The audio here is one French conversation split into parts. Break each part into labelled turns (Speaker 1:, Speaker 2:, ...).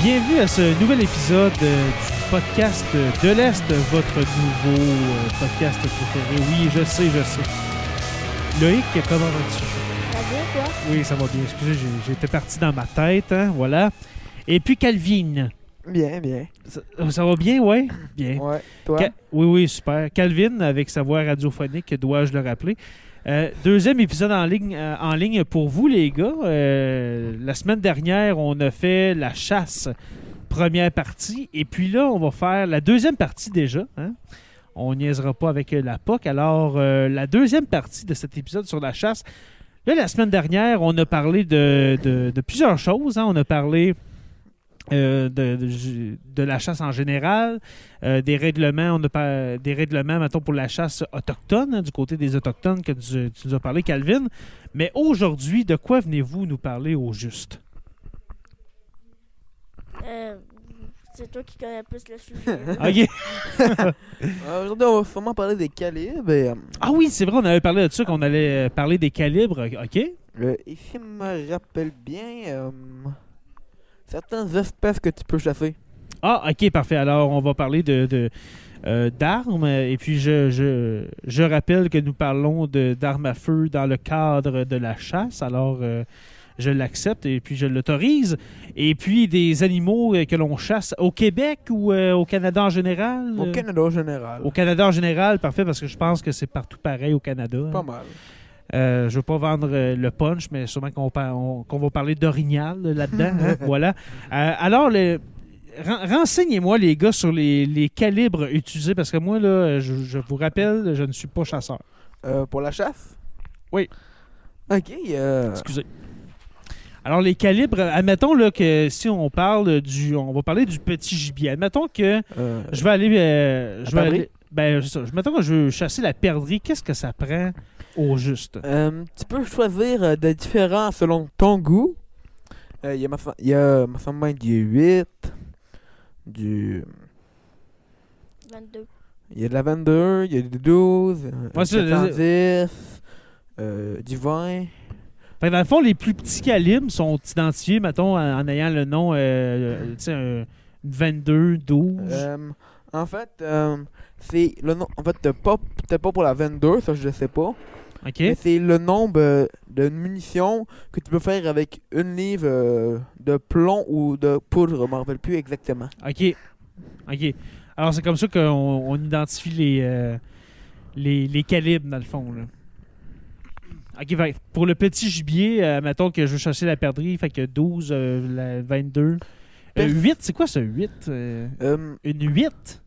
Speaker 1: Bienvenue à ce nouvel épisode euh, du podcast euh, de l'Est, votre nouveau euh, podcast préféré. Oui, je sais, je sais. Loïc, comment vas-tu?
Speaker 2: Ça va bien, toi?
Speaker 1: Oui, ça va bien. Excusez, j'ai- j'étais parti dans ma tête, hein, voilà. Et puis Calvin.
Speaker 3: Bien, bien.
Speaker 1: Ça, ça va bien, ouais? Bien.
Speaker 3: Ouais. Toi?
Speaker 1: Ca- oui, oui, super. Calvin, avec sa voix radiophonique, dois-je le rappeler. Euh, deuxième épisode en ligne, euh, en ligne pour vous, les gars. Euh, la semaine dernière, on a fait la chasse, première partie. Et puis là, on va faire la deuxième partie déjà. hein. On niaisera pas avec euh, la POC. Alors, euh, la deuxième partie de cet épisode sur la chasse. Là, la semaine dernière, on a parlé de, de- de plusieurs choses. hein. On a parlé euh, de- de- de la chasse en général. Euh, des règlements, on a pas- des règlements, mettons, pour la chasse autochtone, hein, du côté des Autochtones que tu, tu nous as parlé, Calvin. Mais aujourd'hui, de quoi venez-vous nous parler au juste?
Speaker 2: Euh, c'est toi qui connais plus le sujet. là.
Speaker 1: Ok.
Speaker 3: Euh, Aujourd'hui, on va sûrement parler des calibres et euh,
Speaker 1: Ah oui, c'est vrai, on avait parlé de ça, qu'on allait euh, parler des calibres, ok?
Speaker 3: le- et si je me rappelle bien, euh, certaines espèces que tu peux chasser.
Speaker 1: Ah, ok, parfait. Alors, on va parler de, de, euh, d'armes. Et puis, je, je, je rappelle que nous parlons de, d'armes à feu dans le cadre de la chasse. Alors, euh, je l'accepte et puis je l'autorise. Et puis, des animaux euh, que l'on chasse au Québec ou euh, au Canada en général?
Speaker 3: Au
Speaker 1: Euh,
Speaker 3: Canada en général.
Speaker 1: Au Canada en général, parfait, parce que je pense que c'est partout pareil au Canada. hein.
Speaker 3: Pas mal.
Speaker 1: Euh, je veux pas vendre euh, le punch, mais sûrement qu'on par- on- qu'on va parler d'orignal euh, là-dedans. hein, voilà. Euh, alors, le- ren- renseignez-moi, les gars, sur les, les calibres utilisés, parce que moi, là, je, je vous rappelle, je ne suis pas chasseur.
Speaker 3: Euh, pour la chasse?
Speaker 1: Oui.
Speaker 3: Ok. euh,
Speaker 1: Excusez. Alors, les calibres, euh, admettons là, que si on parle du. On va parler du petit gibier. Admettons que
Speaker 3: euh,
Speaker 1: je vais aller. euh, je vais
Speaker 3: perdrix?
Speaker 1: aller- ben, c'est ça. Admettons que je veux chasser la perdrix. Qu'est-ce que ça prend au juste?
Speaker 3: euh, tu peux choisir euh, de différents selon ton goût. Euh, Il y a, ma fa- il y a, me semble, du 8, du...
Speaker 2: 22.
Speaker 3: Il y a de la 22, il y a du 12, euh,
Speaker 1: Ouais, c'est-
Speaker 3: du 410, euh, du 20.
Speaker 1: Fait que dans le fond, les plus petits calibres sont identifiés, mettons, en, en ayant le nom, euh, euh, tu sais, un 22, 12.
Speaker 3: Euh, en fait, euh, c'est le nom. En fait, t'as pas, t'as pas pour la 22, ça je le sais pas.
Speaker 1: OK?
Speaker 3: Mais c'est le nombre euh, de munitions que tu peux faire avec une livre euh, de plomb ou de poudre, je m'en rappelle plus exactement.
Speaker 1: OK. OK. Alors, c'est comme ça qu'on on identifie les, euh, les, les calibres, dans le fond. Là. OK, fait que pour le petit gibier, euh, mettons que je veux chasser la perdrix, fait que 12, euh, la 22. Euh,
Speaker 3: Perf-
Speaker 1: 8, c'est quoi ce 8? Euh,
Speaker 3: Euh,
Speaker 1: une 8?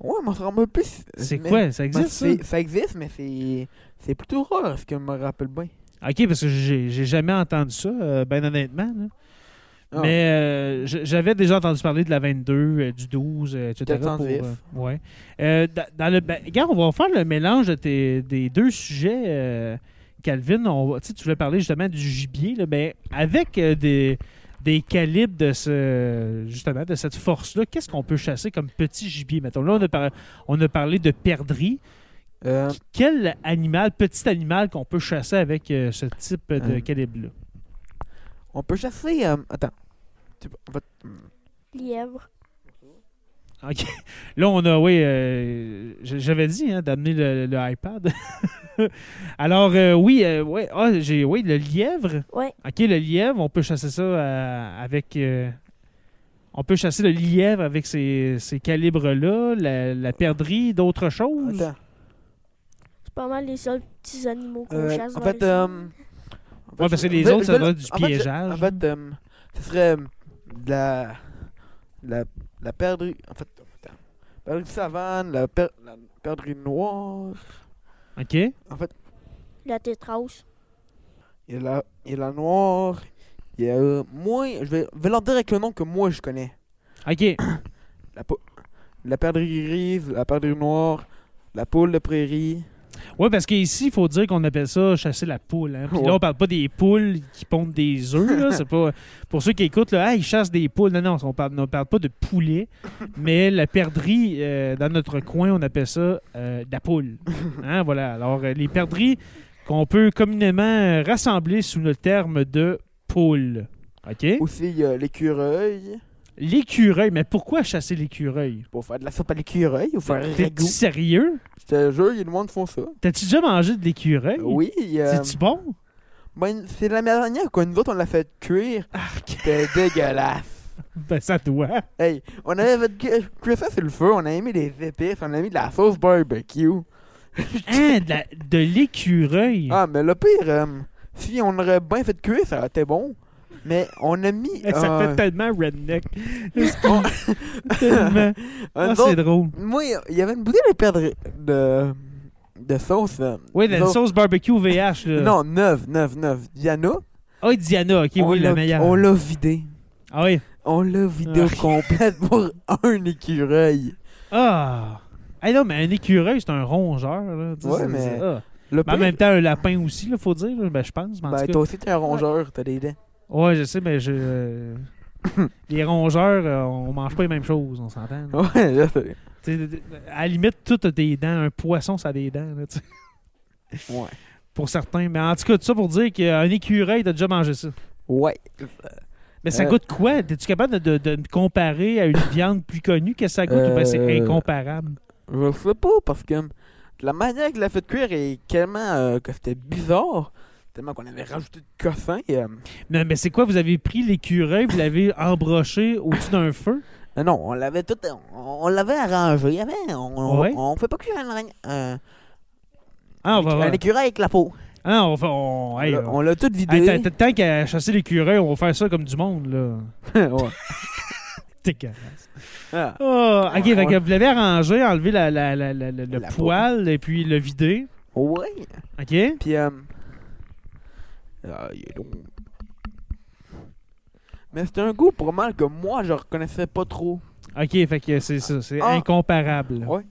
Speaker 3: ouais, je m'en rappelle plus.
Speaker 1: C'est
Speaker 3: Euh, Mais-
Speaker 1: quoi? Ça
Speaker 3: mais
Speaker 1: existe, ça?
Speaker 3: c'est- ça? existe, mais c'est, c'est plutôt rare, ce que je me rappelle bien.
Speaker 1: OK, parce que j'ai j'ai jamais entendu ça, euh, ben honnêtement. là.
Speaker 3: Ah.
Speaker 1: Mais euh, j- j'avais déjà entendu parler de la 22, euh, du 12, euh, etc. pour,
Speaker 3: 410.
Speaker 1: euh, ouais. Euh, da- dans le, ben, regarde, on va faire le mélange de tes- des deux sujets, euh, Calvin. On va- tu sais, tu voulais parler justement du gibier, là, ben, avec euh, des, des calibres de ce justement de cette force-là, qu'est-ce qu'on peut chasser comme petit gibier? Mettons, là, on a, par- on a parlé de perdrix.
Speaker 3: Euh,
Speaker 1: Quel animal, petit animal qu'on peut chasser avec euh, ce type de
Speaker 3: Euh.
Speaker 1: calibre-là?
Speaker 3: on peut chasser. euh, attends. Tu peux- en fait, hum,
Speaker 2: Lièvre.
Speaker 1: OK. Là, on a, oui, euh, j- j'avais dit hein, d'amener le, le iPad. Alors, euh, oui, euh, ouais, ah, j'ai, oui, le lièvre.
Speaker 2: Ouais.
Speaker 1: OK, le lièvre, on peut chasser ça euh, avec. euh, on peut chasser le lièvre avec ces, ces calibres-là, la, la perdrix, d'autres choses.
Speaker 3: attends.
Speaker 2: C'est pas mal les seuls petits animaux qu'on
Speaker 3: Euh,
Speaker 2: chasse
Speaker 3: en
Speaker 2: dans
Speaker 3: fait,
Speaker 2: les
Speaker 3: euh,
Speaker 2: îles.
Speaker 3: en
Speaker 1: Ouais, parce que
Speaker 3: je-
Speaker 1: les
Speaker 3: je-
Speaker 1: autres, ça
Speaker 3: je-
Speaker 1: doit être du
Speaker 3: en fait, je-
Speaker 1: piégeage. hein.
Speaker 3: en fait, euh, ce serait euh, de la. de la, de la perdrix. En fait, attends. perdrix de savane, la, per, la perdrix noire.
Speaker 1: OK.
Speaker 3: En fait,
Speaker 2: La tétrausse.
Speaker 3: il y a la, il y a la noire. Il y a. euh, moi, je vais, je vais leur dire avec le nom que moi je connais.
Speaker 1: OK.
Speaker 3: La, pou- la perdrix grise, la perdrix noire, la poule de prairie.
Speaker 1: Oui, parce qu'ici, il faut dire qu'on appelle ça chasser la poule. hein. Puis
Speaker 3: Ouais.
Speaker 1: là, on parle pas des poules qui pondent des œufs. là. C'est pas... Pour ceux qui écoutent, là, ah, ils chassent des poules. Non, non, on parle, on parle pas de poulet, mais la perdrix, euh, dans notre coin, on appelle ça euh, de la poule. Hein, voilà. Alors, euh, les perdrix qu'on peut communément euh, rassembler sous le terme de poule. OK?
Speaker 3: Aussi, il y a l'écureuil.
Speaker 1: L'écureuil, mais pourquoi chasser l'écureuil?
Speaker 3: Pour faire de la soupe à l'écureuil ou faire un
Speaker 1: T'es-tu
Speaker 3: ragoût.
Speaker 1: sérieux?
Speaker 3: Je te jure, il y a du monde qui font ça.
Speaker 1: T'as-tu déjà mangé de l'écureuil?
Speaker 3: Oui. euh,
Speaker 1: C'est-tu bon?
Speaker 3: ben, c'est la manière quoi. Nous autres, on l'a fait cuire. C'était dégueulasse.
Speaker 1: Ben, ça doit.
Speaker 3: Hey, on avait fait cu- cuire ça sur le feu. On a mis des épices. On a mis de la sauce barbecue.
Speaker 1: Mm. Hein, de, la- de l'écureuil?
Speaker 3: Ah, mais le pire, euh, si on aurait bien fait cuire, ça aurait été bon. Mais on a mis.
Speaker 1: Hey, Eh, ça
Speaker 3: euh,
Speaker 1: fait tellement redneck.
Speaker 3: on-
Speaker 1: Tellement.
Speaker 3: un
Speaker 1: Ah,
Speaker 3: autre-
Speaker 1: c'est drôle.
Speaker 3: Moi, il y avait une bouteille de perdre de, de sauce. euh,
Speaker 1: Oui, la
Speaker 3: nous autres-
Speaker 1: sauce euh. barbecue VH. Là.
Speaker 3: Non, 9, 9, 9. Diana,
Speaker 1: Ah oui, Diana, ok,
Speaker 3: on
Speaker 1: oui,
Speaker 3: l'a-
Speaker 1: le meilleur.
Speaker 3: on l'a vidé.
Speaker 1: Ah oui.
Speaker 3: On l'a vidé
Speaker 1: Ah.
Speaker 3: complète pour un écureuil.
Speaker 1: Ah! Hey, non, mais un écureuil, c'est un rongeur. Là. Tu sais,
Speaker 3: Ouais,
Speaker 1: c'est-
Speaker 3: mais-
Speaker 1: ah.
Speaker 3: Le
Speaker 1: Mais en
Speaker 3: pire-
Speaker 1: même temps, un lapin aussi, il faut dire, là, ben, je pense. mais en
Speaker 3: ben,
Speaker 1: tout cas-
Speaker 3: toi aussi, t'es un rongeur, t'as des dents.
Speaker 1: Ouais, je sais, mais je. euh, les rongeurs, euh, on mange pas les mêmes choses, on s'entend. là.
Speaker 3: Ouais, je sais.
Speaker 1: Tu sais, À la limite, tout a des dents. Un poisson, ça a des dents, là, tu sais,
Speaker 3: Ouais.
Speaker 1: pour certains. Mais en tout cas, tout ça pour dire qu'un écureuil, t'as déjà mangé ça.
Speaker 3: Ouais.
Speaker 1: Mais ça
Speaker 3: Euh,
Speaker 1: goûte quoi? Es-tu capable de, de, de me comparer à une viande plus connue? Qu'est-ce que ça goûte? ou ben, c'est
Speaker 3: Euh,
Speaker 1: incomparable.
Speaker 3: Je sais pas, parce que la manière qu'il l'a fait cuire est tellement euh, que c'était bizarre. Tellement qu'on avait rajouté de cossin. et, euh,
Speaker 1: Non, mais c'est quoi? Vous avez pris l'écureuil, vous l'avez embroché au-dessus d'un feu?
Speaker 3: Non, non, on l'avait tout. On, on l'avait arrangé. Avant, on,
Speaker 1: Ouais.
Speaker 3: on fait pas cuire un, araign- un-
Speaker 1: Ah, on va voir.
Speaker 3: un écureuil avec la peau.
Speaker 1: Ah, on va. On, hey,
Speaker 3: Là,
Speaker 1: on-
Speaker 3: on l'a tout vidé.
Speaker 1: Hey, t'as- t'as- tant qu'à chasser l'écureuil, on va faire ça comme du monde, là.
Speaker 3: Ouais.
Speaker 1: T'es carasse.
Speaker 3: Ah.
Speaker 1: Ah, ok,
Speaker 3: Ouais,
Speaker 1: fait que
Speaker 3: ouais.
Speaker 1: vous l'avez arrangé, enlevé la, la- la- la- la- le
Speaker 3: La
Speaker 1: poil et puis le vider.
Speaker 3: Ouais.
Speaker 1: Ok?
Speaker 3: Puis, euh... ah, il est long. Mais c'était un goût pour mal que moi, je reconnaissais pas trop.
Speaker 1: Ok, fait que c'est ça, c'est
Speaker 3: Ah.
Speaker 1: incomparable.
Speaker 3: Ouais.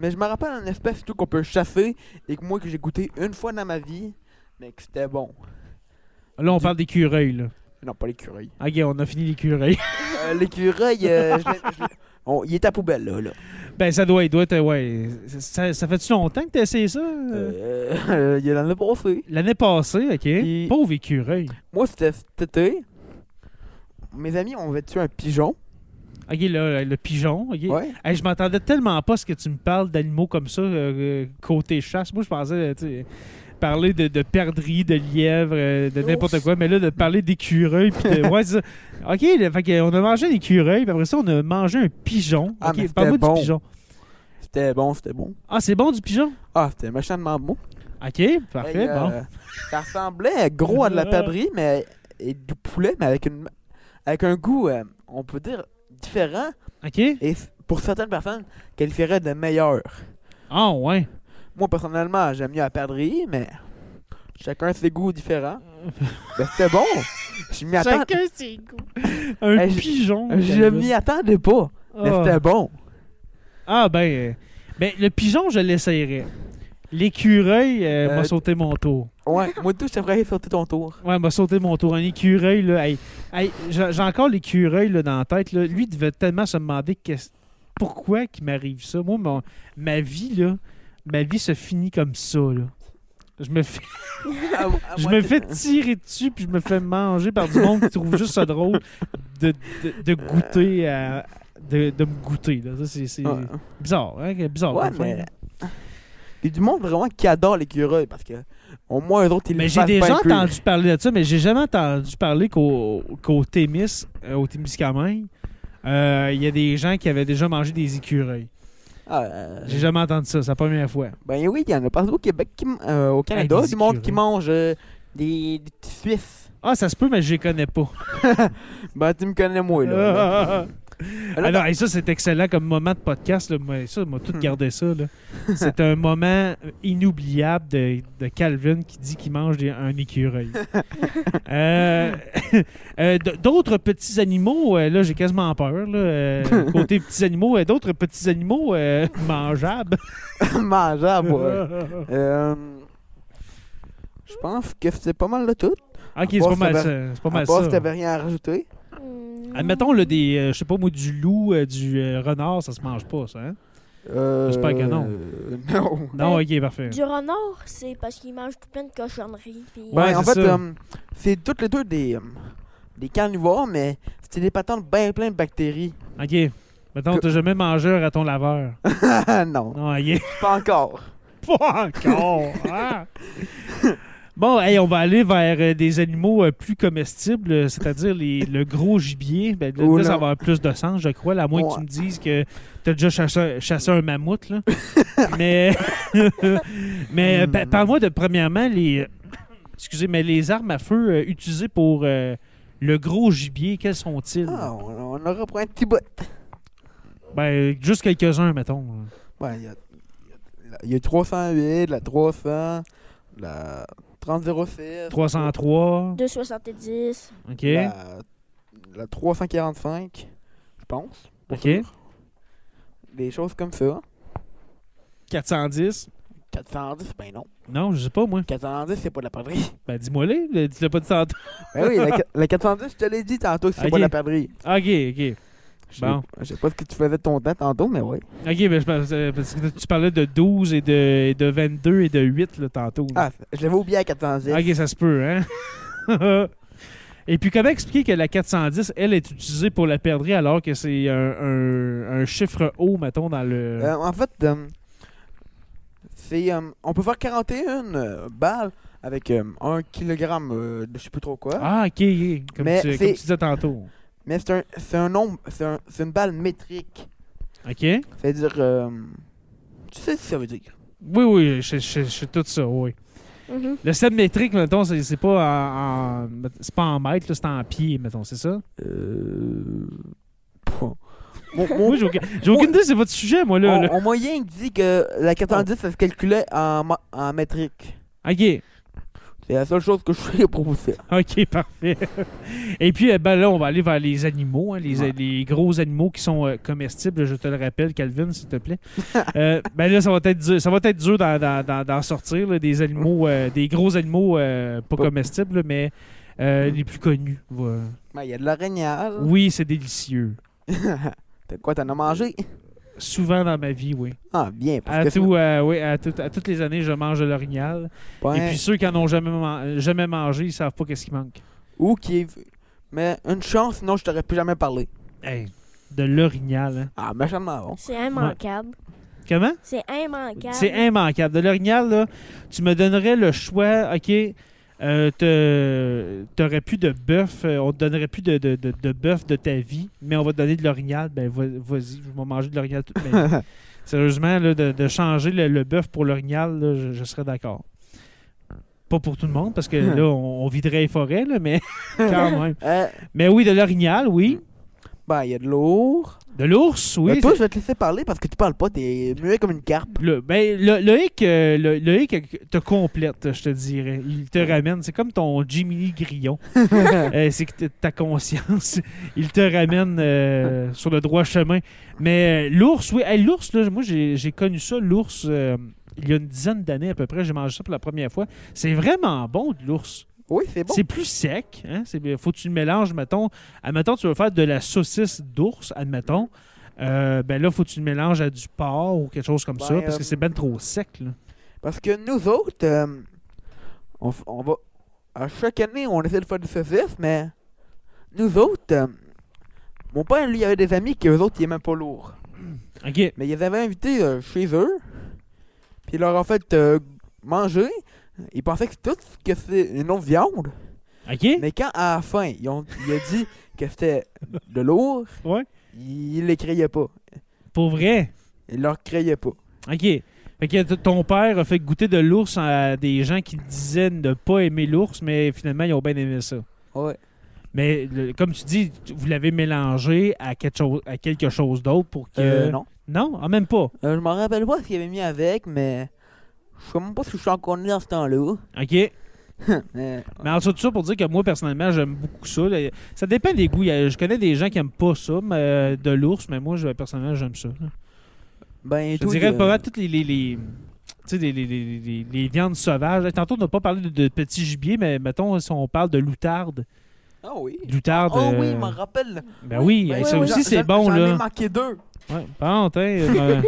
Speaker 3: Mais je me rappelle un espèce tout qu'on peut chasser et que moi, que j'ai goûté une fois dans ma vie, mais que c'était bon.
Speaker 1: Là, on parle d'écureuil, là.
Speaker 3: Non, pas l'écureuil.
Speaker 1: Ok, on a fini l'écureuil.
Speaker 3: Euh, l'écureuil, euh, je l'ai- je l'ai- on- il est à poubelle, là. là.
Speaker 1: ben, ça doit être, doit être- ouais. Ça, ça fait-tu longtemps que t'as essayé ça?
Speaker 3: Euh, il y en a passé.
Speaker 1: L'année passée, ok.
Speaker 3: Puis-
Speaker 1: Pauvre écureuil.
Speaker 3: Moi, c'était cet été. Mes amis, on avait tué un pigeon.
Speaker 1: Ok, là, le pigeon, ok.
Speaker 3: Ouais.
Speaker 1: Hey, je m'attendais tellement pas à ce que tu me parles d'animaux comme ça, euh, euh, côté chasse. Moi, je pensais euh, tu sais, parler de, de perdrix, de lièvre, euh, de n'importe
Speaker 2: Ours.
Speaker 1: quoi, mais là, de parler d'écureuil. puis de- ouais, c'est ça. OK, là, fait que on a mangé un écureuil, puis après ça, on a mangé un pigeon.
Speaker 3: Ah,
Speaker 1: OK,
Speaker 3: mais c'était
Speaker 1: parle-moi
Speaker 3: bon.
Speaker 1: du pigeon.
Speaker 3: C'était bon, c'était bon.
Speaker 1: Ah, c'est bon du pigeon?
Speaker 3: Ah, c'était méchamment bon.
Speaker 1: OK, parfait,
Speaker 3: Hey, euh,
Speaker 1: bon.
Speaker 3: Ça ressemblait gros à de la perdrix, mais et du poulet, mais avec une avec un goût, euh, on peut dire, différent.
Speaker 1: OK?
Speaker 3: Et f- pour certaines personnes, qualifierait de meilleur.
Speaker 1: Ah, ouais.
Speaker 3: Moi, personnellement, j'aime mieux la perdrix, mais chacun ses goûts différents. mais c'était bon. Je m'y attends...
Speaker 2: Chacun ses goûts.
Speaker 1: Un
Speaker 3: Hey, je-
Speaker 1: pigeon.
Speaker 3: je m'y attendais pas, mais
Speaker 1: Ah.
Speaker 3: c'était bon.
Speaker 1: Ah, ben, euh, ben, le pigeon, je l'essayerais. L'écureuil euh,
Speaker 3: Euh,
Speaker 1: m'a sauté mon tour.
Speaker 3: Ouais, moi tout, je t'aimerais sauter ton tour.
Speaker 1: Ouais, m'a sauté mon tour. Un écureuil, là. hey, hey, j'ai j'ai encore l'écureuil là, dans la tête. Là. Lui, il devait tellement se demander qu'est-ce- pourquoi qu'il m'arrive ça. Moi, mon- ma vie, là, ma vie se finit comme ça, là. Je me fais,
Speaker 3: Ah,
Speaker 1: je me fais tirer dessus, puis je me fais manger par du monde qui trouve juste ça drôle de, de, de goûter à- De, de me goûter. là. Ça, c'est c'est
Speaker 3: Ouais.
Speaker 1: bizarre. Hein? bizarre
Speaker 3: Ouais,
Speaker 1: comme fin,
Speaker 3: mais-
Speaker 1: là.
Speaker 3: Il y a du monde vraiment qui adore l'écureuil parce que au moins eux autres ils
Speaker 1: Mais
Speaker 3: le
Speaker 1: j'ai
Speaker 3: fassent
Speaker 1: déjà
Speaker 3: bien cuire.
Speaker 1: entendu parler de ça, mais j'ai jamais entendu parler qu'au qu'au Témis, euh, au Témiscamingue, euh, il y a des gens qui avaient déjà mangé des écureuils.
Speaker 3: Ah, euh,
Speaker 1: J'ai jamais entendu ça, c'est la première fois.
Speaker 3: ben oui, il y en a partout au Québec, qui m- euh, au Canada,
Speaker 1: des
Speaker 3: du monde qui
Speaker 1: écureuils.
Speaker 3: mange euh, des, des petits Suisses.
Speaker 1: Ah, ça se peut, mais je les connais pas.
Speaker 3: Ben tu me connais moi là.
Speaker 1: Ah, ah, ah.
Speaker 3: Alors,
Speaker 1: Alors, et ça, c'est excellent comme moment de podcast. Là, mais ça, m'a tout gardé ça. là. C'est un moment inoubliable de, de Calvin qui dit qu'il mange des- un écureuil. Euh, euh, d- d'autres petits animaux, euh, là, j'ai quasiment peur. là, euh, côté petits animaux, euh, d'autres petits animaux euh, mangeables.
Speaker 3: mangeable. Ah, ouais. Euh, je pense que c'était pas mal le tout.
Speaker 1: ok, c'est
Speaker 3: À part
Speaker 1: pas
Speaker 3: si
Speaker 1: mal
Speaker 3: t'avais-
Speaker 1: ça. C'est pas
Speaker 3: À
Speaker 1: mal
Speaker 3: part si
Speaker 1: ça.
Speaker 3: t'avais rien à rajouter.
Speaker 2: Hmm.
Speaker 1: Admettons, là, des, euh, je sais pas moi, du loup, euh, du euh, renard, ça se mange pas, ça. hein?
Speaker 3: Euh,
Speaker 1: J'espère que non.
Speaker 3: euh, non.
Speaker 1: Non,
Speaker 2: Ben,
Speaker 1: ok, parfait.
Speaker 2: Du renard, c'est parce qu'il mange tout plein de cochonneries. puis-
Speaker 1: Ouais,
Speaker 3: Ouais, en
Speaker 1: c'est
Speaker 3: fait,
Speaker 1: ça.
Speaker 3: euh, c'est toutes les deux des, euh, des carnivores, mais C'est des patentes bien plein de bactéries.
Speaker 1: OK. Mettons, t'as jamais mangé un raton laveur.
Speaker 3: non,
Speaker 1: Non, Ah, il est
Speaker 3: pas encore.
Speaker 1: pas encore. hein? Bon, hey, on va aller vers euh, des animaux euh, plus comestibles, euh, c'est-à-dire les- le gros gibier. Ben, là,
Speaker 3: Oh
Speaker 1: là, ça va
Speaker 3: là.
Speaker 1: avoir plus de sens, je crois, à moins que tu
Speaker 3: Ouais.
Speaker 1: me dises que tu as déjà chassé, chassé un mammouth. Là. mais mais euh, pa-
Speaker 3: Hmm.
Speaker 1: parle-moi de, premièrement, les, excusez, mais les armes à feu euh, utilisées pour euh, le gros gibier, quels sont-ils?
Speaker 3: Ah, on, on aura pour un petit bout.
Speaker 1: Ben, juste quelques-uns, mettons.
Speaker 3: Ouais, il y a, il y a- il y a 308, la 300, la 3006,
Speaker 1: 303,
Speaker 2: 2,70.
Speaker 1: OK,
Speaker 3: la, la 345, je pense. pas
Speaker 1: OK.
Speaker 3: sûr. Des choses comme ça.
Speaker 1: 410.
Speaker 3: 410, ben non.
Speaker 1: Non, je sais pas, moi.
Speaker 3: 410, c'est pas de la perdrie.
Speaker 1: Ben, dis-moi-les. le- Tu l'as pas dit tantôt.
Speaker 3: Ben oui, la, la 410, je te l'ai dit tantôt que c'est
Speaker 1: Ok.
Speaker 3: pas de la perdrie.
Speaker 1: OK, OK.
Speaker 3: Je sais-
Speaker 1: Bon.
Speaker 3: Je sais pas ce que tu faisais de ton temps tantôt, mais ouais.
Speaker 1: OK, ben, je pense, euh, parce que tu parlais de 12 et de, et de 22 et de 8, là, tantôt.
Speaker 3: Ah, je l'avais oublié à 410.
Speaker 1: Mm. OK, ça se peut, hein? Et puis, comment expliquer que la 410, elle, est utilisée pour la perdrix alors que c'est un, un- un chiffre haut, mettons, dans le...
Speaker 3: Euh, en fait, euh, c'est, euh, on peut faire 41 euh, balles avec euh, 1 kg euh, de je sais plus trop quoi.
Speaker 1: ah, OK, OK, comme,
Speaker 3: Mais
Speaker 1: tu,
Speaker 3: c'est-
Speaker 1: comme tu disais tantôt.
Speaker 3: Mais c'est un, c'est un nombre, c'est, un- c'est une balle métrique.
Speaker 1: OK? Oui,
Speaker 3: C'est-à-dire, euh, tu sais ce que ça veut dire.
Speaker 1: oui, je je- je sais tout ça, oui.
Speaker 2: Mhm.
Speaker 1: Le stade métrique, mettons, c'est c'est pas en, en- c'est pas en mètres, là, c'est en pieds, mettons, c'est ça?
Speaker 3: Euh... Bon. Mon, mon-
Speaker 1: Moi, j'ai aucun- j'ai aucune idée, c'est votre sujet, moi, là.
Speaker 3: mon-
Speaker 1: là.
Speaker 3: mon moyen dit que la 410, ça se calculait en, ma- en métrique.
Speaker 1: OK,
Speaker 3: C'est la seule chose que je suis proposée.
Speaker 1: OK, parfait. Et puis, eh ben, là, on va aller vers les animaux, hein, les,
Speaker 3: Ouais.
Speaker 1: les gros animaux qui sont euh, comestibles, je te le rappelle, Calvin, s'il te plaît. Euh, ben là, ça va être dur, ça va être dur d'en- d'en d'en- d'en sortir, là, des animaux, euh, des gros animaux euh, pas
Speaker 3: Pas-
Speaker 1: comestibles, mais euh, les plus connus. voilà.
Speaker 3: Ben, Il y a de l'araignale.
Speaker 1: Oui, c'est délicieux.
Speaker 3: T'as quoi, t'en as mangé?
Speaker 1: Souvent dans ma vie, oui.
Speaker 3: Ah, bien.
Speaker 1: À,
Speaker 3: Parce que
Speaker 1: tout, euh, oui, à, tout- à toutes les années, je mange de l'orignal.
Speaker 3: c'est pas
Speaker 1: Et
Speaker 3: un-
Speaker 1: puis ceux qui en ont jamais, man- jamais mangé, ils savent pas qu'est-ce qui manque.
Speaker 3: Ou qui est... Mais une chance, sinon je t'aurais plus jamais parlé.
Speaker 1: Hey, de l'orignal. hein.
Speaker 3: Ah, méchamment bon.
Speaker 2: C'est immanquable.
Speaker 1: Comment?
Speaker 2: C'est immanquable.
Speaker 1: C'est immanquable. De l'orignal, là, tu me donnerais le choix, OK, euh, te- t'aurais plus de bœuf, euh, on te donnerait plus de, de, de, de bœuf de ta vie, mais on va te donner de l'orignal, ben va- vas-y, je vais manger de l'orignal toute ma vie. Sérieusement, là, de, de changer le, le bœuf pour l'orignal, là, je, je serais d'accord. Pas pour tout le monde, parce que là, on, on viderait les forêts, là, mais quand même.
Speaker 3: Euh,
Speaker 1: Mais oui, de l'orignal, oui.
Speaker 3: ben, il y a de l'ours.
Speaker 1: De l'ours, oui.
Speaker 3: Mais Ben, toi, je vais te laisser parler parce que tu parles pas, t'es muet comme une carpe.
Speaker 1: Le, ben, le, Loïc, euh, le- Loïc, euh, te complète, je te dirais. Il te ramène. C'est comme ton Jiminy Grillon. Euh, c'est que t- ta conscience. Il te ramène euh, sur le droit chemin. Mais euh, l'ours, oui. Hey, l'ours, là, moi, j'ai j'ai connu ça, l'ours, euh, il y a une dizaine d'années à peu près. J'ai mangé ça pour la première fois. C'est vraiment bon, de l'ours.
Speaker 3: Oui, c'est bon.
Speaker 1: C'est plus sec. Hein? C'est- faut que tu le mélanges, mettons. Admettons, tu veux faire de la saucisse d'ours, admettons. Euh, ben là, faut que tu le mélanges à du porc ou quelque chose comme ça,
Speaker 3: Ben,
Speaker 1: parce
Speaker 3: euh,
Speaker 1: que c'est ben trop sec. Là.
Speaker 3: Parce que nous autres, euh, on, f- on va. À chaque année, on essaie de faire du saucisse, mais nous autres, euh, mon père, lui, il avait des amis qui, eux autres, ils aimaient pas lourd.
Speaker 1: OK.
Speaker 3: Mais ils les avaient invités euh, chez eux. Puis ils leur ont fait euh, manger. Ils pensaient que tout ce que c'est une autre viande.
Speaker 1: OK?
Speaker 3: Mais quand à la fin, ils ont, il a dit que c'était de l'ours,
Speaker 1: Ouais.
Speaker 3: ils les criaient pas.
Speaker 1: Pour vrai.
Speaker 3: Ils leur criaient pas.
Speaker 1: OK. Fait que t- ton père a fait goûter de l'ours à des gens qui disaient ne pas aimer l'ours, mais finalement, ils ont bien aimé ça.
Speaker 3: Ouais.
Speaker 1: Mais le- comme tu dis, tu- vous l'avez mélangé à quelque chose, à quelque chose d'autre pour que.
Speaker 3: Euh, non.
Speaker 1: Non, Ah, même pas.
Speaker 3: Euh, je m'en rappelle pas ce qu'il avait mis avec, mais je sais même pas si je suis encore né dans ce temps-là.
Speaker 1: OK.
Speaker 3: Mais,
Speaker 1: Mais en dessous de ça, pour dire que moi, personnellement, j'aime beaucoup ça. là. Ça dépend des goûts. Il y a- Je connais des gens qui aiment pas ça, mais, euh, de l'ours, mais moi, je, personnellement, j'aime ça. là.
Speaker 3: ben,
Speaker 1: Je dirais pas mal toutes les, les, les- tu sais, les, les- les- les- les viandes sauvages. Tantôt, on n'a pas parlé de, de petits gibiers, mais mettons, si on parle de loutarde.
Speaker 3: Ah oui.
Speaker 1: Loutarde.
Speaker 3: Oh oui,
Speaker 1: euh,
Speaker 3: je m'en rappelle.
Speaker 1: ben oui,
Speaker 3: Ben
Speaker 1: hey, ça
Speaker 2: oui,
Speaker 1: aussi,
Speaker 3: j'en-
Speaker 1: c'est
Speaker 3: j'en-
Speaker 1: bon,
Speaker 3: J'en ai
Speaker 1: là.
Speaker 3: manqué deux.
Speaker 1: Ouais, bon, t'in, euh,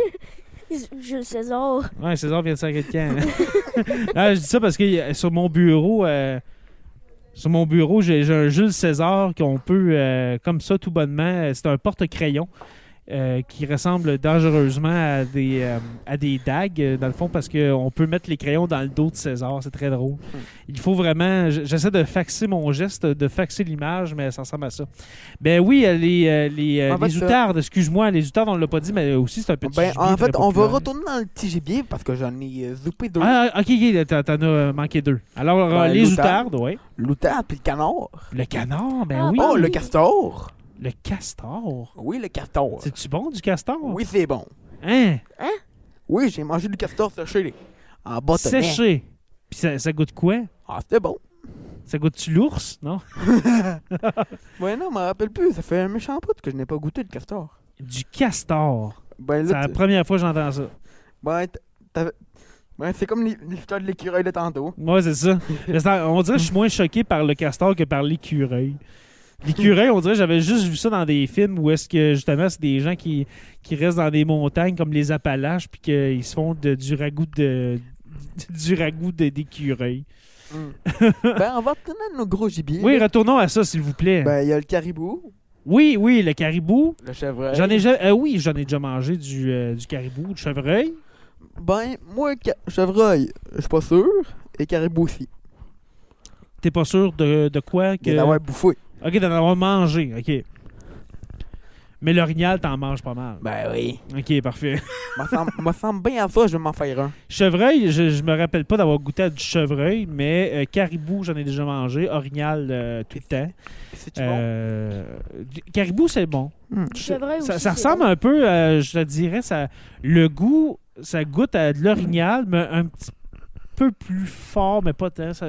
Speaker 2: Jules César.
Speaker 1: Ouais, César vient de sacrer de camp. hein. Ah, je dis ça parce que euh, sur mon bureau, euh, Sur mon bureau, j'ai j'ai un Jules César qu'on peut, euh, comme ça, tout bonnement, euh, c'est un porte-crayon euh, qui ressemble dangereusement à des, euh, à des dagues, euh, dans le fond, parce qu'on peut mettre les crayons dans le dos de César. C'est très drôle.
Speaker 3: Hmm.
Speaker 1: Il faut vraiment... j- J'essaie de faxer mon geste, de faxer l'image, mais ça ressemble à ça. Ben oui, euh, les, euh, les, euh,
Speaker 3: En fait,
Speaker 1: les
Speaker 3: euh,
Speaker 1: outardes, excuse-moi, les outardes, on l'a pas dit, mais aussi, c'est un petit
Speaker 3: Ben,
Speaker 1: gibier
Speaker 3: en
Speaker 1: très
Speaker 3: fait, on va
Speaker 1: populaire.
Speaker 3: retourner dans le petit gibier parce que j'en ai euh, zoupé deux.
Speaker 1: Ah, ah, ok, ok, t'en- t'en as euh, manqué deux. Alors, euh,
Speaker 3: Ben,
Speaker 1: les
Speaker 3: l'outarde.
Speaker 1: outardes, oui.
Speaker 3: L'outard puis le canard.
Speaker 1: Le canard, ben
Speaker 2: Ah,
Speaker 1: oui.
Speaker 2: bon.
Speaker 3: Oh, le castor.
Speaker 1: Le castor.
Speaker 3: Oui, le castor.
Speaker 1: C'est-tu bon du castor?
Speaker 3: Oui, c'est bon.
Speaker 1: Hein?
Speaker 3: Oui, j'ai mangé du castor séché. En bâtonnet.
Speaker 1: Séché. Puis ça, ça goûte quoi?
Speaker 3: Ah, c'était bon.
Speaker 1: Ça goûte-tu l'ours, non?
Speaker 3: Ouais, non, je me rappelle plus. Ça fait un méchant pote que je n'ai pas goûté de castor.
Speaker 1: Du castor.
Speaker 3: Ben,
Speaker 1: C'est
Speaker 3: là,
Speaker 1: la
Speaker 3: tu-
Speaker 1: première fois que j'entends ça.
Speaker 3: ben, t- t'avais- ben, c'est comme l'hi- l'histoire de l'écureuil de tantôt.
Speaker 1: Moi, c'est ça. Mais ça- On dirait que je suis moins choqué par le castor que par l'écureuil. L'écureuil, on dirait que j'avais juste vu ça dans des films où est-ce que justement c'est des gens qui, qui restent dans des montagnes comme les Appalaches puis qu'ils se font de- du ragoût de du ragoût de- d'écureuil.
Speaker 3: Hmm. ben, on va retourner à nos gros gibiers.
Speaker 1: Mm. Oui, retournons à ça s'il vous plaît.
Speaker 3: Ben, il y a le caribou,
Speaker 1: oui, oui, le caribou.
Speaker 3: le chevreuil.
Speaker 1: J'en ai ja- euh, oui, j'en ai déjà mangé du, euh, du caribou, du chevreuil.
Speaker 3: Ben, moi, ca- chevreuil, je suis pas sûr. Et caribou aussi.
Speaker 1: T'es pas sûr de, de quoi que.
Speaker 3: Il d'avoir bouffé.
Speaker 1: Ok, d'en avoir mangé, ok. Mais l'orignal, t'en manges pas mal.
Speaker 3: Ben oui.
Speaker 1: Ok, parfait.
Speaker 3: Moi, semble, me semble bien à ça, je vais m'en faire un.
Speaker 1: Chevreuil, je, je me rappelle pas d'avoir goûté à du chevreuil, mais euh, caribou, j'en ai déjà mangé. Orignal, euh, tout le temps.
Speaker 3: C'est-tu bon?
Speaker 1: Euh, du- Caribou, c'est bon.
Speaker 3: Hmm.
Speaker 1: Je- ça,
Speaker 2: Chevreuil aussi,
Speaker 1: ça
Speaker 2: c'est
Speaker 1: ressemble
Speaker 2: bon.
Speaker 1: un peu, à, je te dirais, ça, le goût, ça goûte à de l'orignal, mais un petit peu plus fort, mais pas tant. ça-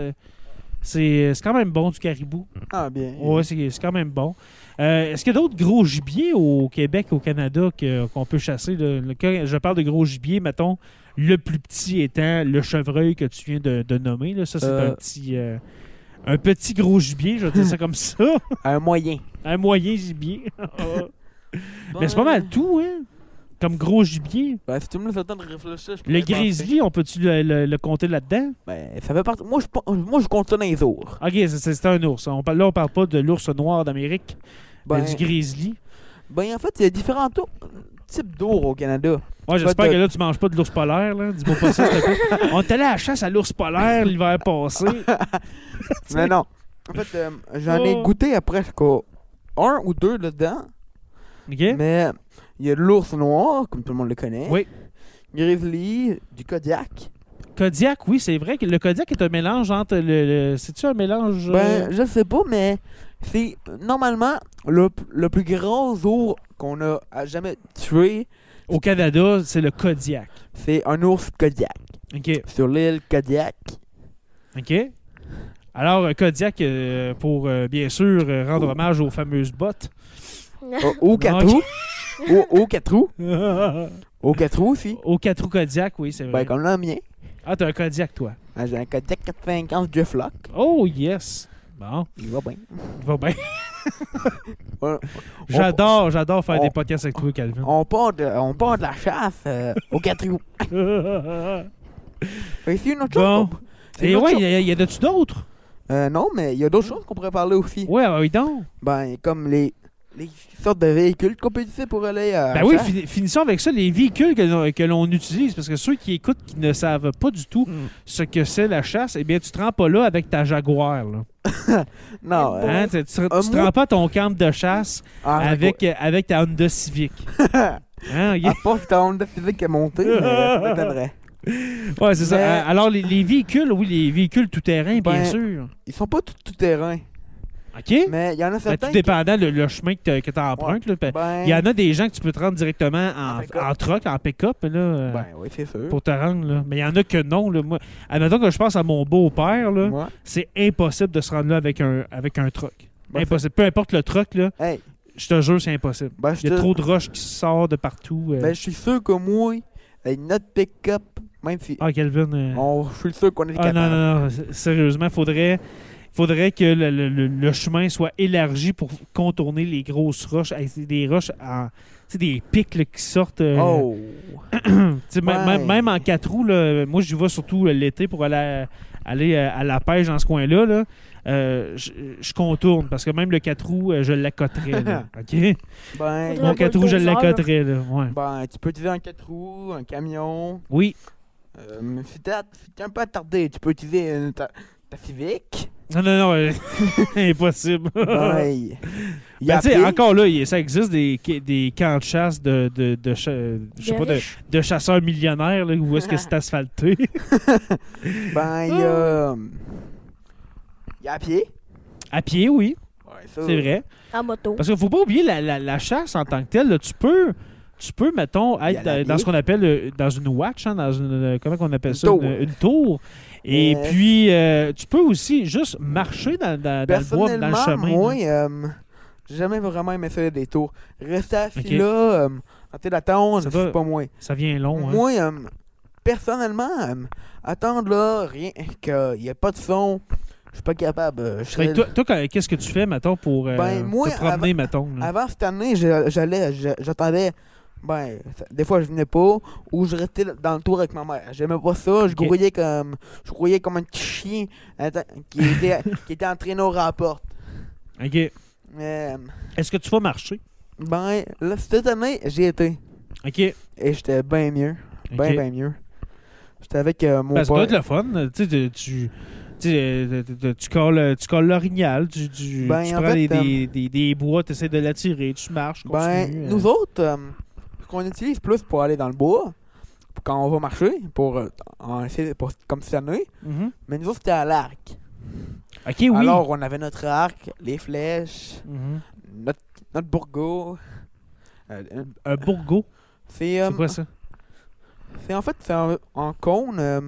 Speaker 1: c'est c'est quand même bon du caribou.
Speaker 3: Ah, bien.
Speaker 1: Ouais, c'est c'est quand même bon. Euh, Est-ce qu'il y a d'autres gros gibiers au Québec, au Canada, que- qu'on peut chasser? là? Le- quand je parle de gros gibiers, mettons, le plus petit étant le chevreuil que tu viens de, de nommer. là. Ça, c'est
Speaker 3: Euh.
Speaker 1: un petit... euh, un petit gros gibier, je vais dire ça comme ça.
Speaker 3: Un moyen.
Speaker 1: Un moyen gibier. Mais c'est pas mal tout, hein? Comme gros gibier.
Speaker 3: Ben, si tu me laisses le temps de réfléchir, je peux
Speaker 1: Le
Speaker 3: l'inventer.
Speaker 1: grizzly, on peut-tu le, le- le compter là-dedans?
Speaker 3: Ben, ça fait partie. Moi, je, pense- moi, je compte ça dans les ours.
Speaker 1: Ok, c'est- c'est c'est un ours. On, parle- là, on parle pas de l'ours noir d'Amérique,
Speaker 3: Ben,
Speaker 1: mais du grizzly.
Speaker 3: ben, en fait, il y a différents to- types d'ours au Canada.
Speaker 1: Ouais, j'espère
Speaker 3: de-
Speaker 1: que là, tu manges pas de l'ours polaire, là. Dis-moi pas ça, s'il te plaît. On est allé à la chasse à l'ours polaire l'hiver passé.
Speaker 3: Mais non. En fait, euh, j'en ai
Speaker 1: Oh.
Speaker 3: goûté à presque un ou deux dedans.
Speaker 1: Ok?
Speaker 3: Mais il y a de l'ours noir, comme tout le monde le connaît.
Speaker 1: Oui.
Speaker 3: Grizzly, du Kodiak.
Speaker 1: Kodiak, oui, c'est vrai que le Kodiak est un mélange entre le. le- C'est-tu un mélange. euh,
Speaker 3: Ben, je sais pas, mais c'est normalement le, p- le plus grand ours qu'on a à jamais tué.
Speaker 1: Au Canada, c'est le Kodiak.
Speaker 3: C'est un ours Kodiak.
Speaker 1: Ok.
Speaker 3: Sur l'île Kodiak.
Speaker 1: OK. Alors, euh, Kodiak, euh, pour euh, bien sûr euh, rendre hommage aux fameuses bottes.
Speaker 3: Au, au quatre
Speaker 1: Ok.
Speaker 3: roues. Au, au quatre roues.
Speaker 1: aux
Speaker 3: Au quatre roues aussi.
Speaker 1: quatre roues Kodiak, oui, c'est vrai.
Speaker 3: Ben, comme le mien.
Speaker 1: Ah, t'as un Kodiak, toi.
Speaker 3: Ben, J'ai un Kodiak 95 Jeff Lock.
Speaker 1: Oh, yes. Bon,
Speaker 3: Il va bien.
Speaker 1: il va bien.
Speaker 3: On-
Speaker 1: J'adore, j'adore faire
Speaker 3: on-
Speaker 1: des podcasts avec toi, Calvin.
Speaker 3: On part de, on part de la chasse euh, au quatre roues. Fait que c'est une autre chose.
Speaker 1: bon.
Speaker 3: qu'on- c'est
Speaker 1: Et
Speaker 3: une autre
Speaker 1: ouais, il
Speaker 3: chose.
Speaker 1: y, a- y en a-tu d'autres?
Speaker 3: Euh, non, mais il y a d'autres choses qu'on pourrait parler aussi.
Speaker 1: Ouais, ah oui, donc.
Speaker 3: Ben, comme les, les sortes de véhicules qu'on peut utiliser pour aller à.
Speaker 1: Ben
Speaker 3: la
Speaker 1: oui,
Speaker 3: chasse.
Speaker 1: fini- finissons avec ça, les véhicules que, l'on- que l'on utilise, parce que ceux qui écoutent qui ne savent pas du tout
Speaker 3: Mm.
Speaker 1: ce que c'est la chasse, eh bien, tu te rends pas là avec ta Jaguar. Là.
Speaker 3: Non, euh,
Speaker 1: Hein, Tu, tu, tu te
Speaker 3: mot-
Speaker 1: rends pas à ton camp de chasse
Speaker 3: ah,
Speaker 1: avec, euh, avec ta Honda Civic. Hein,
Speaker 3: À
Speaker 1: ok?
Speaker 3: part si ta honte de physique est montée, mais euh, ça m'étonnerait.
Speaker 1: Ouais, c'est ça.
Speaker 3: Ah, Mais-
Speaker 1: Euh, Alors, les, les véhicules, oui, les véhicules tout-terrain, bien
Speaker 3: Ben,
Speaker 1: sûr.
Speaker 3: Ils sont pas tout, tout terrain,
Speaker 1: OK? Ben,
Speaker 3: mais il y en a certains.
Speaker 1: tout
Speaker 3: qui-
Speaker 1: dépendant le, le chemin que tu empruntes. là. Ben,
Speaker 3: Ben,
Speaker 1: Il y en a des gens que tu peux te rendre directement en,
Speaker 3: En pick-up.
Speaker 1: en truck, en pick-up, là, euh,
Speaker 3: Ben oui, c'est sûr.
Speaker 1: pour te rendre. Là. Mais il y en a que non. Là. Moi, admettons que je pense à mon beau-père, là,
Speaker 3: Moi,
Speaker 1: c'est impossible de se rendre là avec un, avec un truck.
Speaker 3: Ben,
Speaker 1: impossible. Peu importe le truck, là,
Speaker 3: hey,
Speaker 1: je te jure, c'est impossible.
Speaker 3: ben, je
Speaker 1: Il y a
Speaker 3: te-
Speaker 1: trop de roches qui sortent de partout. euh.
Speaker 3: ben, je suis sûr que moi, avec notre pick-up, même si.
Speaker 1: Ah, Calvin. euh,
Speaker 3: on- je suis sûr qu'on est
Speaker 1: Ah
Speaker 3: capable.
Speaker 1: non, non, non. s- Sérieusement, faudrait, faudrait que le, le- le- le chemin soit élargi pour contourner les grosses roches. Hey, c'est des roches en. C'est des pics là, qui sortent. euh,
Speaker 3: Oh!
Speaker 1: tu sais, m- m-
Speaker 3: ouais.
Speaker 1: Même en quatre roues, là, moi j'y vais surtout euh, l'été pour aller à, aller euh, à la pêche dans ce coin-là, là, euh, je, je contourne parce que même le 4 roues, euh, je l'accoterais. là. OK?
Speaker 3: Ben,
Speaker 1: Mon
Speaker 2: Ouais,
Speaker 1: 4 roues, je
Speaker 2: bulldozer,
Speaker 1: l'accoterais. là, ouais.
Speaker 3: ben, tu peux utiliser un 4 roues, un camion.
Speaker 1: Oui.
Speaker 3: Euh, mais si t'es si t'es un peu attardé, tu peux utiliser une- ta, ta Civic.
Speaker 1: Non, non, non. euh, impossible.
Speaker 3: Ben, y
Speaker 1: Ah. Ben,
Speaker 3: a
Speaker 1: tu sais,
Speaker 3: pire.
Speaker 1: encore là, il- ça existe des, qui- des camps de chasse de, de, de cha- je sais
Speaker 2: De
Speaker 1: pas, de,
Speaker 2: riches.
Speaker 1: de chasseurs millionnaires là, où est-ce que c'est asphalté.
Speaker 3: Ben, y a. Y a à pied.
Speaker 1: à pied, oui,
Speaker 3: Ouais, ça,
Speaker 1: c'est vrai.
Speaker 2: En moto.
Speaker 1: Parce qu'il faut pas oublier la, la- la chasse en tant que telle. là, tu peux, tu peux mettons,
Speaker 3: à
Speaker 1: être dans,
Speaker 3: la
Speaker 1: dans
Speaker 3: pied.
Speaker 1: ce qu'on appelle euh, dans une watch, hein, dans une euh, comment qu'on appelle
Speaker 3: Une
Speaker 1: ça,
Speaker 3: tour.
Speaker 1: Une, une tour. Et
Speaker 3: Mais-
Speaker 1: puis euh, tu peux aussi juste marcher dans, dans- dans le bois, dans le
Speaker 3: Personnellement,
Speaker 1: chemin.
Speaker 3: moi,
Speaker 1: là.
Speaker 3: euh, j'ai jamais vraiment aimé ça des tours. Rester assis
Speaker 1: Ok.
Speaker 3: là, euh, en train d'attendre,
Speaker 1: Ça
Speaker 3: c'est
Speaker 1: va.
Speaker 3: pas moi.
Speaker 1: Ça vient long. hein.
Speaker 3: Moi, euh, personnellement, euh, attendre là, rien qu'il n'y a pas de son, je suis pas capable. euh, je
Speaker 1: Fait que
Speaker 3: serais-
Speaker 1: Ben, toi, toi, quand- qu'est-ce que tu fais, mettons, pour euh,
Speaker 3: Ben, moi,
Speaker 1: te promener, mettons? là?
Speaker 3: Avant cette année, je- j'allais, je- j'attendais. Ben, ça- des fois, je venais pas, ou je restais dans le tour avec ma mère. J'aimais pas ça, je
Speaker 1: Ok.
Speaker 3: grouillais comme, je grouillais comme un petit chien atta- qui était, qui était entraîné au rapport.
Speaker 1: OK.
Speaker 3: Mais, euh,
Speaker 1: Est-ce que tu vas marcher?
Speaker 3: ben, là, cette année, j'y étais.
Speaker 1: OK.
Speaker 3: Et j'étais bien mieux.
Speaker 1: OK.
Speaker 3: Ben, ben mieux. J'étais avec euh, mon
Speaker 1: Ben, ça doit
Speaker 3: père.
Speaker 1: être le fun. Tu sais, tu- tu. Tu, sais, euh, tu- tu- tu colles, tu colles l'orignal, tu, tu,
Speaker 3: Ben,
Speaker 1: tu
Speaker 3: en
Speaker 1: prends des,
Speaker 3: fait,
Speaker 1: des, des, des bois, tu essaies de l'attirer, tu marches, continue.
Speaker 3: Ben,
Speaker 1: euh.
Speaker 3: nous autres, euh, ce qu'on utilise plus pour aller dans le bois, pour quand on va marcher, pour, euh, en essayer- pour- comme cette année,
Speaker 1: Mhm.
Speaker 3: mais nous autres, c'était à l'arc.
Speaker 1: Ok, Eh oui.
Speaker 3: Alors, on avait notre arc, les flèches,
Speaker 1: Mhm.
Speaker 3: notre, notre bourgo. Euh, euh,
Speaker 1: Un bourgo,
Speaker 3: c'est euh,
Speaker 1: c'est quoi ça?
Speaker 3: c'est- en fait c'est en, en cône. euh,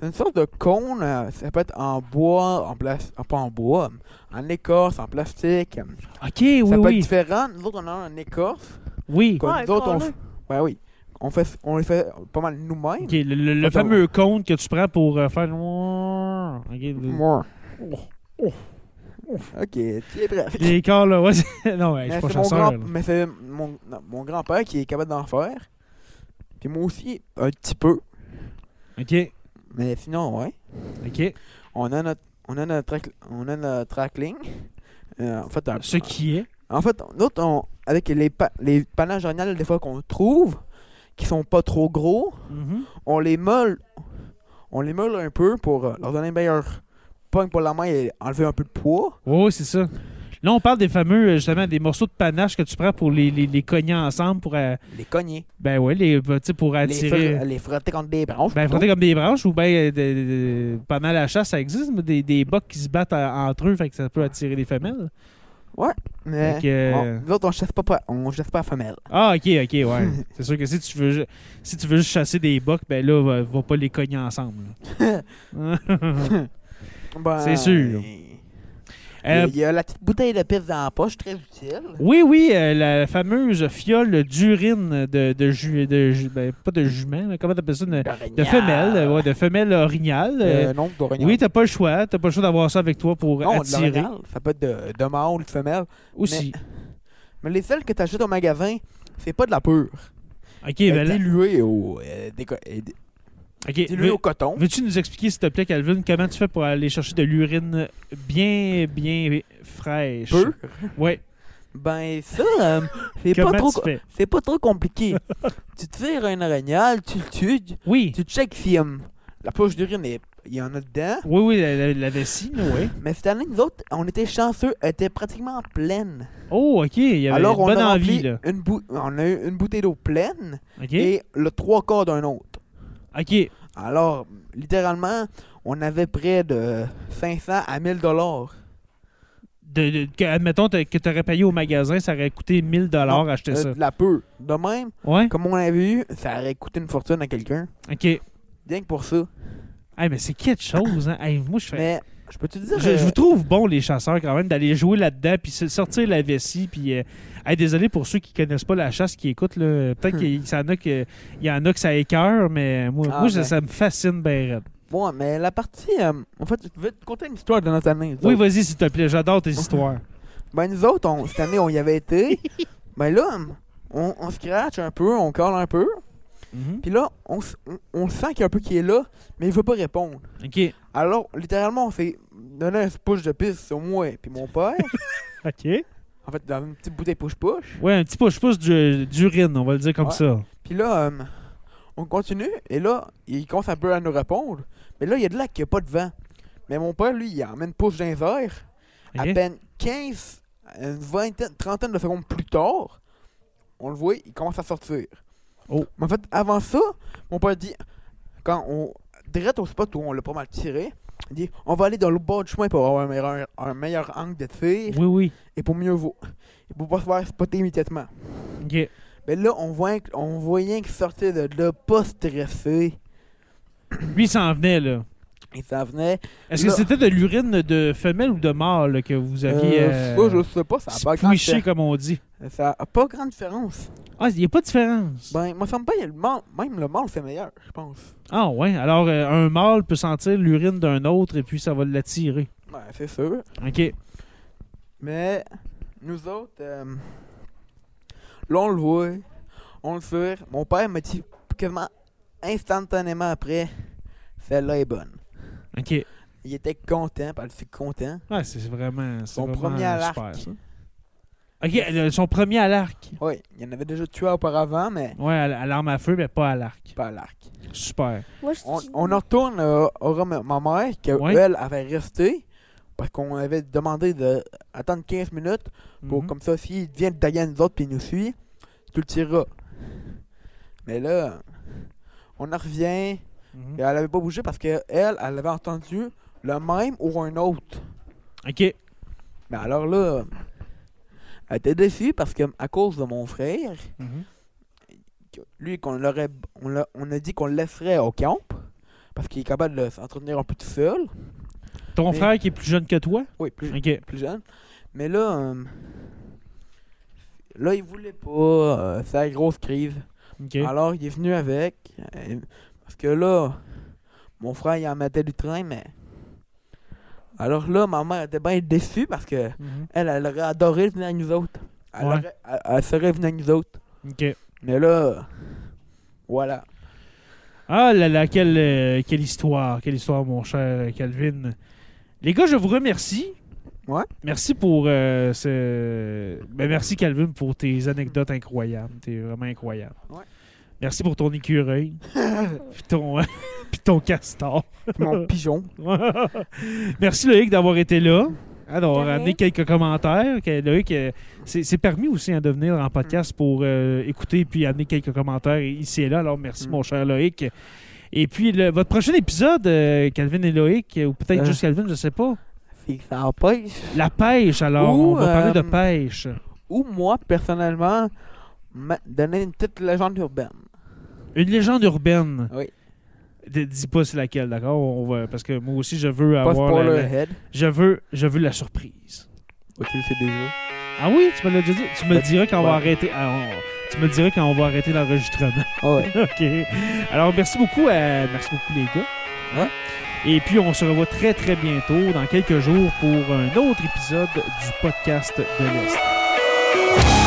Speaker 3: c'est une sorte de cône. euh, ça peut être en bois, en plas- ah, pas en bois, euh, en écorce, en plastique. euh,
Speaker 1: Ok, oui,
Speaker 3: ça peut
Speaker 1: oui.
Speaker 3: être différent. Nous autres, on a un écorce.
Speaker 1: Oui.
Speaker 3: Quoi,
Speaker 2: Ouais,
Speaker 3: nous autres, on,
Speaker 2: carré.
Speaker 3: f- ouais, oui. on, fait, on les fait pas mal nous-mêmes.
Speaker 1: Ok, le, le- le
Speaker 3: Attends.
Speaker 1: fameux cône que tu prends pour euh, faire. Ok, le-
Speaker 3: Moi.
Speaker 1: Oh,
Speaker 3: Ok, tu es prêt.
Speaker 1: les corps, là, ouais. c'est- non, ouais, je
Speaker 3: Mais
Speaker 1: suis pas
Speaker 3: c'est mon, grand,
Speaker 1: chasseur. là.
Speaker 3: mais c'est mon, non, mon grand-père qui est capable d'en faire. Puis moi aussi, un petit peu.
Speaker 1: Ok,
Speaker 3: Mais sinon, ouais.
Speaker 1: ok.
Speaker 3: On a notre, on a notre, track- on a notre trackling. Euh, en fait, un-
Speaker 1: Ce qui est.
Speaker 3: en fait, nous autres, on- avec les, pa- les panaches journales des fois qu'on trouve, qui sont pas trop gros,
Speaker 1: Mhm.
Speaker 3: on les meule, on les meule un peu pour euh, leur donner une meilleure pogne pour la main et enlever un peu de poids.
Speaker 1: Oui, c'est ça. Là, on parle des fameux, euh, justement, des morceaux de panache que tu prends pour les, les, les cogner ensemble pour, euh,
Speaker 3: Les cogner,
Speaker 1: ben ouais, les, euh, tu sais, pour
Speaker 3: les,
Speaker 1: attirer.
Speaker 3: fr- les frotter contre des branches.
Speaker 1: ben,
Speaker 3: plutôt.
Speaker 1: frotter comme des branches ou ben, euh, de- de- de- pendant la chasse, ça existe, mais des, des bocs qui se battent euh, entre eux, fait que ça peut attirer les femelles.
Speaker 3: Mais,
Speaker 1: Fait que, euh,
Speaker 3: on- nous autres, on chasse pas, pa- on chasse pas la femelle.
Speaker 1: Ah, ok, ok, ouais. c'est sûr que si tu veux, ju- si tu veux juste chasser des bocs, ben là, va, va pas les cogner ensemble. là. Euh,
Speaker 3: Ben,
Speaker 1: C'est sûr. Euh,
Speaker 3: Il y a la petite bouteille de pisse dans la poche, très utile.
Speaker 1: Oui, oui, euh, la fameuse fiole d'urine de, de, ju- de ju- ben, pas de jument, mais comment t'appelles ça? De, de femelle, euh, ouais, de femelle orignale. euh,
Speaker 3: Euh, non, d'orignal.
Speaker 1: oui, t'as pas le choix, t'as pas le choix d'avoir ça avec toi pour
Speaker 3: non, de
Speaker 1: attirer
Speaker 3: l'orignal. Ça peut être de, de mâle, de femelle.
Speaker 1: aussi.
Speaker 3: Mais les seules que tu achètes au magasin, c'est pas de la pure.
Speaker 1: Ok,
Speaker 3: Elle
Speaker 1: ben
Speaker 3: est
Speaker 1: là-
Speaker 3: diluée au, euh, déco- euh, dé-
Speaker 1: ok,
Speaker 3: diluée
Speaker 1: veux-
Speaker 3: au coton.
Speaker 1: veux-tu nous expliquer, s'il te plaît, Calvin, comment tu fais pour aller chercher de l'urine bien, bien fraîche?
Speaker 3: Peu.
Speaker 1: Ouais,
Speaker 3: Ben, ça, euh, c'est pas,
Speaker 1: comment
Speaker 3: trop
Speaker 1: tu
Speaker 3: co-
Speaker 1: fais?
Speaker 3: c'est pas trop compliqué. tu tires un orignal, tu le tues,
Speaker 1: Oui,
Speaker 3: tu check si euh, la poche d'urine, est- il y en a dedans.
Speaker 1: oui, oui, la, la- la vessie, oui.
Speaker 3: Mais cette année, nous autres, on était chanceux, elle était pratiquement pleine.
Speaker 1: Oh, ok, il y avait
Speaker 3: Alors,
Speaker 1: une
Speaker 3: on
Speaker 1: bonne
Speaker 3: a,
Speaker 1: envie,
Speaker 3: rempli
Speaker 1: là.
Speaker 3: une bou- on a eu une bouteille d'eau pleine
Speaker 1: Ok,
Speaker 3: et le trois quarts d'un autre.
Speaker 1: ok,
Speaker 3: Alors, littéralement, on avait près de 500 à 1000 dollars.
Speaker 1: de, de- que, admettons t'as- que tu aurais payé au magasin, ça aurait coûté 1000 dollars acheter ça.
Speaker 3: euh, De la peu. De même,
Speaker 1: Ouais,
Speaker 3: comme on avait eu, ça aurait coûté une fortune à quelqu'un.
Speaker 1: ok. Hey,
Speaker 3: Bien que pour ça.
Speaker 1: mais c'est quelque chose, hein. Hey, moi, je fais.
Speaker 3: Mais, je peux te dire...
Speaker 1: Je, je
Speaker 3: euh,
Speaker 1: vous trouve bon, les chasseurs, quand même, d'aller jouer là-dedans, puis se- sortir la vessie, puis... euh, hey, désolé pour ceux qui connaissent pas la chasse, qui écoutent, là. Peut-être qu'il y en a que, il y en a que ça écœure, mais moi,
Speaker 3: Hmm. Ah,
Speaker 1: moi, ça,
Speaker 3: ben.
Speaker 1: ça me fascine bien raide.
Speaker 3: Bon, euh, mais la partie... euh, en fait, je vais te conter une histoire de notre année. nous
Speaker 1: Oui,
Speaker 3: autres.
Speaker 1: vas-y, s'il te plaît, j'adore tes histoires.
Speaker 3: Ben, nous autres, on- cette année, on y avait été. ben là, on, on scratch un peu, on colle un peu.
Speaker 1: Mhm.
Speaker 3: Puis là, on, s- on, on sent qu'il y a un peu qui est là, mais il veut pas répondre.
Speaker 1: OK.
Speaker 3: Alors, littéralement, on s'est donné un push de piste sur moi et mon père.
Speaker 1: OK.
Speaker 3: en fait, dans une petite bouteille push-push.
Speaker 1: Ouais, un petit push-push du- d'urine, on va le dire comme
Speaker 3: Ouais.
Speaker 1: ça.
Speaker 3: Puis là, euh, on continue. Et là, il commence un peu à nous répondre. Mais là, il y a de là qu'il n'y a pas de vent. Mais mon père, lui, il emmène push dans les airs.
Speaker 1: OK?
Speaker 3: À peine 15, une vingtaine, trentaine de secondes plus tard, on le voit, il commence à sortir.
Speaker 1: Oh.
Speaker 3: Mais en fait, avant ça, mon père dit, quand on. Direct au spot où on l'a pas mal tiré, il dit on va aller dans le bord du chemin pour avoir un meilleur, un meilleur angle de tir
Speaker 1: Oui, oui.
Speaker 3: et pour mieux voir. Et pour pas se faire spotter immédiatement.
Speaker 1: OK.
Speaker 3: Mais là, on voit, on voyait qu'il sortait de là, pas stressé.
Speaker 1: Lui, il s'en venait, là.
Speaker 3: Il s'en venait.
Speaker 1: Est-ce que
Speaker 3: Là-
Speaker 1: c'était de l'urine de femelle ou de mâle là, que vous aviez
Speaker 3: Euh, ça, je sais pas, ça a pas grande
Speaker 1: squiché, comme on dit?
Speaker 3: différence. Ça a pas grande différence.
Speaker 1: Ah, il n'y a pas de différence.
Speaker 3: Ben, moi, ça me semble pas, même le mâle, c'est meilleur, je pense.
Speaker 1: Ah, ouais. Alors, euh, un mâle peut sentir l'urine d'un autre et puis ça va l'attirer.
Speaker 3: Ouais, c'est sûr.
Speaker 1: OK.
Speaker 3: Mais, nous autres, euh, là, on le voit, on le sait. Mon père me dit quasiment instantanément après, celle-là est bonne.
Speaker 1: OK.
Speaker 3: Il était content, par-dessus content.
Speaker 1: Ouais, c'est vraiment. c'est
Speaker 3: Son
Speaker 1: vraiment
Speaker 3: premier à l'arc.
Speaker 1: super, ça. OK, euh, son premier à l'arc.
Speaker 3: Oui, il y en avait déjà tué auparavant, mais
Speaker 1: Ouais, à, à l'arme à feu, mais pas à l'arc.
Speaker 3: pas à l'arc.
Speaker 1: Super.
Speaker 2: Moi, je
Speaker 3: On,
Speaker 2: suis-
Speaker 3: on en retourne euh, au rhum- ma mère, qu'elle
Speaker 1: Ouais.
Speaker 3: elle avait resté, parce qu'on avait demandé d'attendre 15 minutes. Pour,
Speaker 1: Mhm.
Speaker 3: Comme ça, s'il vient derrière nous autres puis il nous suit, tu le tireras. Mais là, on en revient.
Speaker 1: Mhm.
Speaker 3: Et elle avait pas bougé parce que elle, elle avait entendu le même ou un autre.
Speaker 1: OK.
Speaker 3: Mais alors là, elle était déçue parce que à cause de mon frère,
Speaker 1: Mhm.
Speaker 3: que- lui qu'on l'aurait, on, l'a- on a dit qu'on le laisserait au camp parce qu'il est capable de s'entretenir un peu tout seul.
Speaker 1: Ton
Speaker 3: Mais-
Speaker 1: frère qui est plus jeune que toi?
Speaker 3: Oui, plus,
Speaker 1: OK.
Speaker 3: plus jeune. Mais là, euh, là il voulait pas. euh, c'est la grosse crise.
Speaker 1: OK.
Speaker 3: Alors, il est venu avec. euh, parce que là, mon frère, il en mettait du train, mais. Alors là, ma mère était bien déçue parce que
Speaker 1: Mhm.
Speaker 3: elle, elle aurait adoré venir avec nous autres. Elle,
Speaker 1: Ouais.
Speaker 3: aurait- elle- elle serait venue avec nous autres.
Speaker 1: OK.
Speaker 3: Mais là, voilà.
Speaker 1: Ah là là, quelle, euh, quelle histoire, quelle histoire, mon cher Calvin. Les gars, je vous remercie.
Speaker 3: Ouais.
Speaker 1: Merci pour euh, ce. ben, merci, Calvin, pour tes anecdotes incroyables. T'es vraiment incroyable.
Speaker 3: Ouais.
Speaker 1: Merci pour ton écureuil. puis, ton, puis ton castor.
Speaker 3: Mon pigeon.
Speaker 1: Merci Loïc d'avoir été là, hein, d'avoir
Speaker 2: De rien.
Speaker 1: amené quelques commentaires. Que Loïc, euh, c'est c'est permis aussi hein, de venir en
Speaker 2: Mm.
Speaker 1: podcast pour euh, écouter puis amener quelques commentaires ici et là. Alors merci
Speaker 3: Mm.
Speaker 1: mon cher Loïc. Et puis le- votre prochain épisode, euh, Calvin et Loïc, euh, ou peut-être
Speaker 3: Euh.
Speaker 1: juste Calvin, je sais pas.
Speaker 3: C'est que ça empêche.
Speaker 1: La pêche, alors
Speaker 3: Ou,
Speaker 1: on va parler de
Speaker 3: euh,
Speaker 1: pêche.
Speaker 3: Ou moi, personnellement, me donner une petite légende urbaine.
Speaker 1: Une légende urbaine.
Speaker 3: Oui.
Speaker 1: D- Dis pas c'est laquelle, d'accord On va- parce que moi aussi je veux
Speaker 3: Pas
Speaker 1: avoir, la- la-
Speaker 3: spoilerhead.
Speaker 1: je veux, je veux la surprise.
Speaker 3: Ok, c'est déjà.
Speaker 1: Ah oui, tu me l'as déjà dit. Tu me le diras quand on va
Speaker 3: Ben, Ouais.
Speaker 1: arrêter. ah, on- Tu me le diras quand on va arrêter l'enregistrement.
Speaker 3: Ah ouais.
Speaker 1: OK. Alors merci beaucoup à merci beaucoup les gars.
Speaker 3: Ouais.
Speaker 1: Et puis on se revoit très très bientôt dans quelques jours pour un autre épisode du podcast de l'Est.